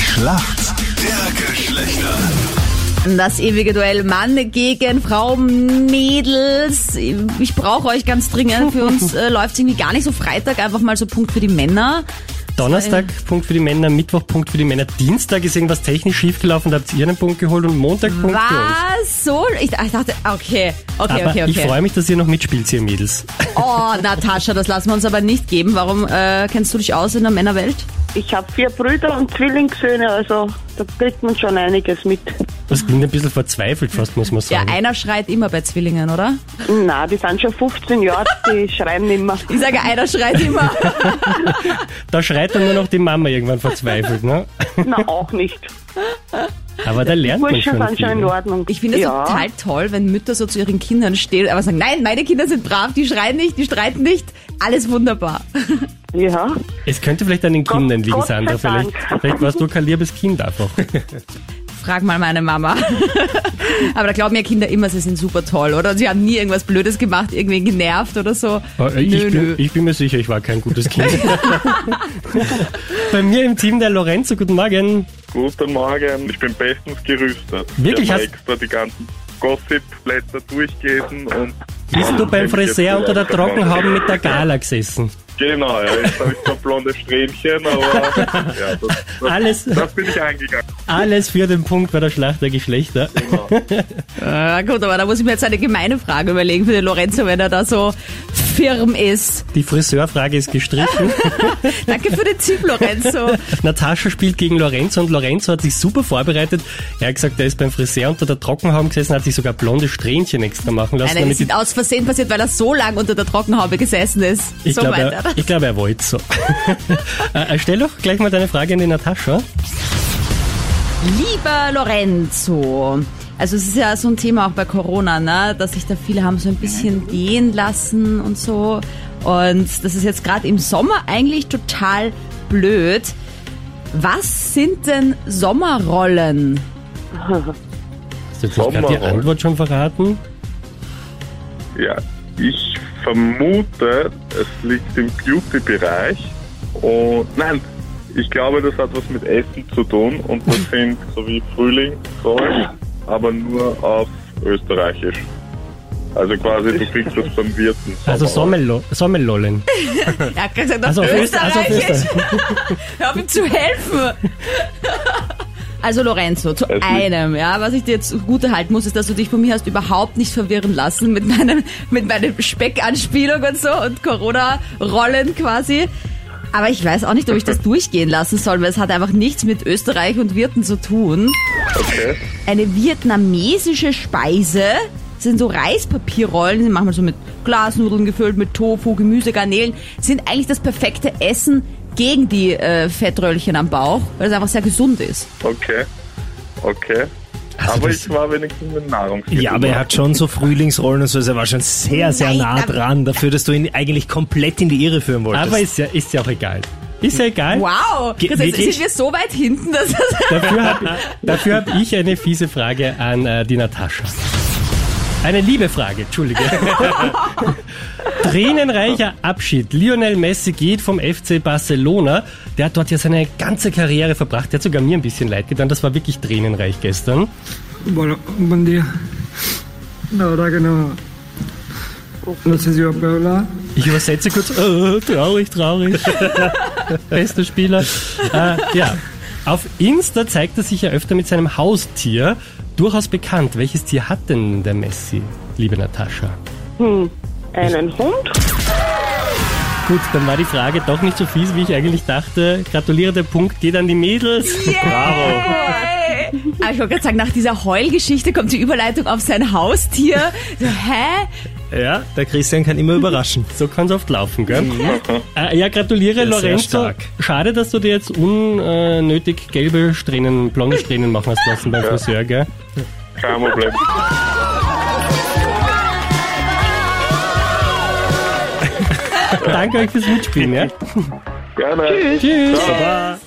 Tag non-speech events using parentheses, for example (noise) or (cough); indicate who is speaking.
Speaker 1: Schlacht der Geschlechter.
Speaker 2: Das ewige Duell Mann gegen Frau Mädels. Ich brauche euch ganz dringend. Für uns
Speaker 3: (laughs)
Speaker 2: äh, läuft es irgendwie gar nicht so. Freitag einfach mal so Punkt für die Männer.
Speaker 3: Donnerstag Punkt für die Männer, Mittwoch Punkt für die Männer, Dienstag ist irgendwas technisch schiefgelaufen, da habt ihr einen Punkt geholt und Montag Punkt für uns.
Speaker 2: Was? So? Ich ich dachte, okay. Okay,
Speaker 3: aber
Speaker 2: okay,
Speaker 3: ich
Speaker 2: okay.
Speaker 3: freue mich, dass ihr noch mitspielt, ihr Mädels.
Speaker 2: Oh, Natascha, das lassen wir uns aber nicht geben. Warum äh, kennst du dich aus in der Männerwelt?
Speaker 4: Ich habe vier Brüder und Zwillingssöhne, also da kriegt man schon einiges mit.
Speaker 3: Das klingt ein bisschen verzweifelt fast, muss man
Speaker 2: Ja,
Speaker 3: sagen.
Speaker 2: einer schreit immer bei Zwillingen, oder?
Speaker 4: Na, die sind schon 15 Jahre,
Speaker 2: (laughs)
Speaker 4: die schreien nimmer.
Speaker 2: Ich sage,
Speaker 3: (laughs)
Speaker 2: einer schreit immer.
Speaker 3: da schreit dann nur noch die Mama irgendwann verzweifelt, ne?
Speaker 4: Na, auch nicht.
Speaker 3: Aber da lernt man
Speaker 4: Burschen
Speaker 3: schon
Speaker 4: sind schon in
Speaker 3: viel. ne?
Speaker 4: Ordnung.
Speaker 2: Ich finde es
Speaker 4: ja.
Speaker 2: total toll, wenn Mütter so zu ihren Kindern stehen, aber sagen, nein, meine Kinder sind brav, die schreien nicht, die streiten nicht, alles wunderbar.
Speaker 4: Ja.
Speaker 3: Es könnte vielleicht an den
Speaker 4: Gott-
Speaker 3: Kindern liegen,
Speaker 4: Gott sei
Speaker 3: Sandra. Vielleicht,
Speaker 4: Dank.
Speaker 3: vielleicht warst du kein liebes Kind
Speaker 2: (laughs)
Speaker 3: einfach.
Speaker 2: Frag mal meine Mama. (laughs) aber da glauben ja Kinder immer, sie sind super toll, oder? Sie haben nie irgendwas Blödes gemacht, irgendwie genervt oder so.
Speaker 3: Aber Äh, Ich
Speaker 2: nö,
Speaker 3: bin,
Speaker 2: nö.
Speaker 3: ich bin mir sicher, ich war kein gutes Kind. Bei mir im Team der Lorenzo, guten Morgen.
Speaker 5: Guten Morgen, ich bin bestens gerüstet.
Speaker 3: Wirklich?
Speaker 5: Ich habe
Speaker 3: Hast-
Speaker 5: extra die ganzen Gossip-Blätter durchgelesen und.
Speaker 3: Bist du beim Friseur unter der Trockenhaube mit der Gala gesessen?
Speaker 5: Genau, ja, jetzt habe ich zwar blonde Strähnchen,
Speaker 3: (laughs)
Speaker 5: aber. Ja, das, das,
Speaker 3: Alles,
Speaker 5: das bin ich eingegangen.
Speaker 3: alles für den Punkt bei der Schlacht der Geschlechter.
Speaker 2: Ja, Ah, gut, aber da muss ich mir jetzt eine gemeine Frage überlegen für den Lorenzo, wenn er da so firm ist.
Speaker 3: Die Friseurfrage ist
Speaker 2: (laughs)
Speaker 3: gestrichen.
Speaker 2: Danke für den Tipp, Lorenzo.
Speaker 3: Natascha spielt gegen Lorenzo und Lorenzo hat sich super vorbereitet. Er hat gesagt, er ist beim Friseur unter der Trockenhaube gesessen, hat sich sogar blonde Strähnchen extra machen lassen.
Speaker 2: Nein, das
Speaker 3: damit
Speaker 2: ist
Speaker 3: die,
Speaker 2: aus Versehen passiert, weil er so lang unter der Trockenhaube gesessen ist.
Speaker 3: ich
Speaker 2: so
Speaker 3: glaube,
Speaker 2: meint er
Speaker 3: er,
Speaker 2: das.
Speaker 3: ich glaube, er wollte
Speaker 2: (laughs)
Speaker 3: so. äh, stell doch gleich mal deine Frage an die Natascha.
Speaker 2: Lieber Lorenzo, also es ist ja so ein Thema auch bei Corona, ne? dass sich da viele haben so ein bisschen gehen lassen und so. Und das ist jetzt gerade im Sommer eigentlich total blöd. Was sind denn Sommerrollen?
Speaker 3: Hast du jetzt nicht gerade die
Speaker 5: Sommerrolle.
Speaker 3: Antwort schon verraten?
Speaker 5: Ja, ich vermute, es liegt im Beauty-Bereich und. Nein! Ich glaube, das hat was mit Essen zu tun und das sind so wie Frühling, Zeug, aber nur auf Österreichisch. Also quasi, du kriegst das beim Wirten.
Speaker 3: Also
Speaker 5: Sommer-
Speaker 3: Sommello- Sommellollen.
Speaker 2: Er hat gesagt, das
Speaker 3: Also auf Öster- also auf
Speaker 2: Österreichisch. (laughs) Hör auf ihm zu helfen. Also Lorenzo, zu
Speaker 5: Also-
Speaker 2: einem, ja, was ich dir jetzt zugute halten muss, ist, dass du dich von mir hast überhaupt nicht verwirren lassen mit meinem, mit meiner Speckanspielung und so und Corona-Rollen quasi. Aber ich weiß auch nicht, ob ich das durchgehen lassen soll, weil es hat einfach nichts mit Österreich und Wirten zu tun.
Speaker 5: Okay.
Speaker 2: Eine vietnamesische Speise sind so Reispapierrollen, sind manchmal so mit Glasnudeln gefüllt, mit Tofu, Gemüse, Garnelen, sind eigentlich das perfekte Essen gegen die äh, Fettröllchen am Bauch, weil es einfach sehr gesund ist.
Speaker 5: Okay, okay. aber
Speaker 3: das-
Speaker 5: ich war wenigstens mit Nahrungsmitteln.
Speaker 6: Ja, aber er hat schon so Frühlingsrollen und so, also er war schon sehr, sehr
Speaker 2: Nein,
Speaker 6: nah
Speaker 2: aber-
Speaker 6: dran dafür, dass du ihn eigentlich komplett in die Irre führen wolltest.
Speaker 3: Aber ist ja, ist ja auch egal. Ist ja egal.
Speaker 2: Wow!
Speaker 3: Ge-
Speaker 2: Das heißt,
Speaker 3: wirklich?
Speaker 2: sind wir so weit hinten, dass das...
Speaker 3: Dafür habe dafür hab ich eine fiese Frage an äh, die Natascha. Eine liebe Frage, Entschuldige. (laughs) Tränenreicher Abschied. Lionel Messi geht vom FC Barcelona. Der hat dort ja seine ganze Karriere verbracht. Der hat sogar mir ein bisschen leid getan. Das war wirklich tränenreich gestern.
Speaker 7: Bueno, buen día. La verdad que no. No sé si va a poder hablar.
Speaker 3: Ich übersetze kurz. Äh, traurig, traurig. (laughs) Bester Spieler. Äh, ja. Auf Insta zeigt er sich ja öfter mit seinem Haustier. Durchaus bekannt. Welches Tier hat denn der Messi, liebe Natascha?
Speaker 4: Einen Hund?
Speaker 3: Gut, dann war die Frage doch nicht so fies, wie ich eigentlich dachte. Gratuliere, der Punkt geht an die
Speaker 6: (laughs)
Speaker 3: Mädels.
Speaker 2: Aber Ah, ich wollte gerade sagen, nach dieser Heulgeschichte kommt die Überleitung auf sein Haustier. So, hä?
Speaker 3: Ja,
Speaker 6: Der Christian kann immer überraschen.
Speaker 3: so kann's oft laufen, gell? Äh, ja, gratuliere,
Speaker 6: Mhm. Ja, sehr
Speaker 3: Lorenzo.
Speaker 6: stark.
Speaker 3: Schade, dass du dir jetzt unnötig gelbe Strähnen, blonde Strähnen machen hast lassen beim Friseur, gell?
Speaker 5: Kein Problem.
Speaker 3: Danke euch fürs Mitspielen, ja?
Speaker 6: (laughs)
Speaker 5: Gerne.
Speaker 3: Tschüss.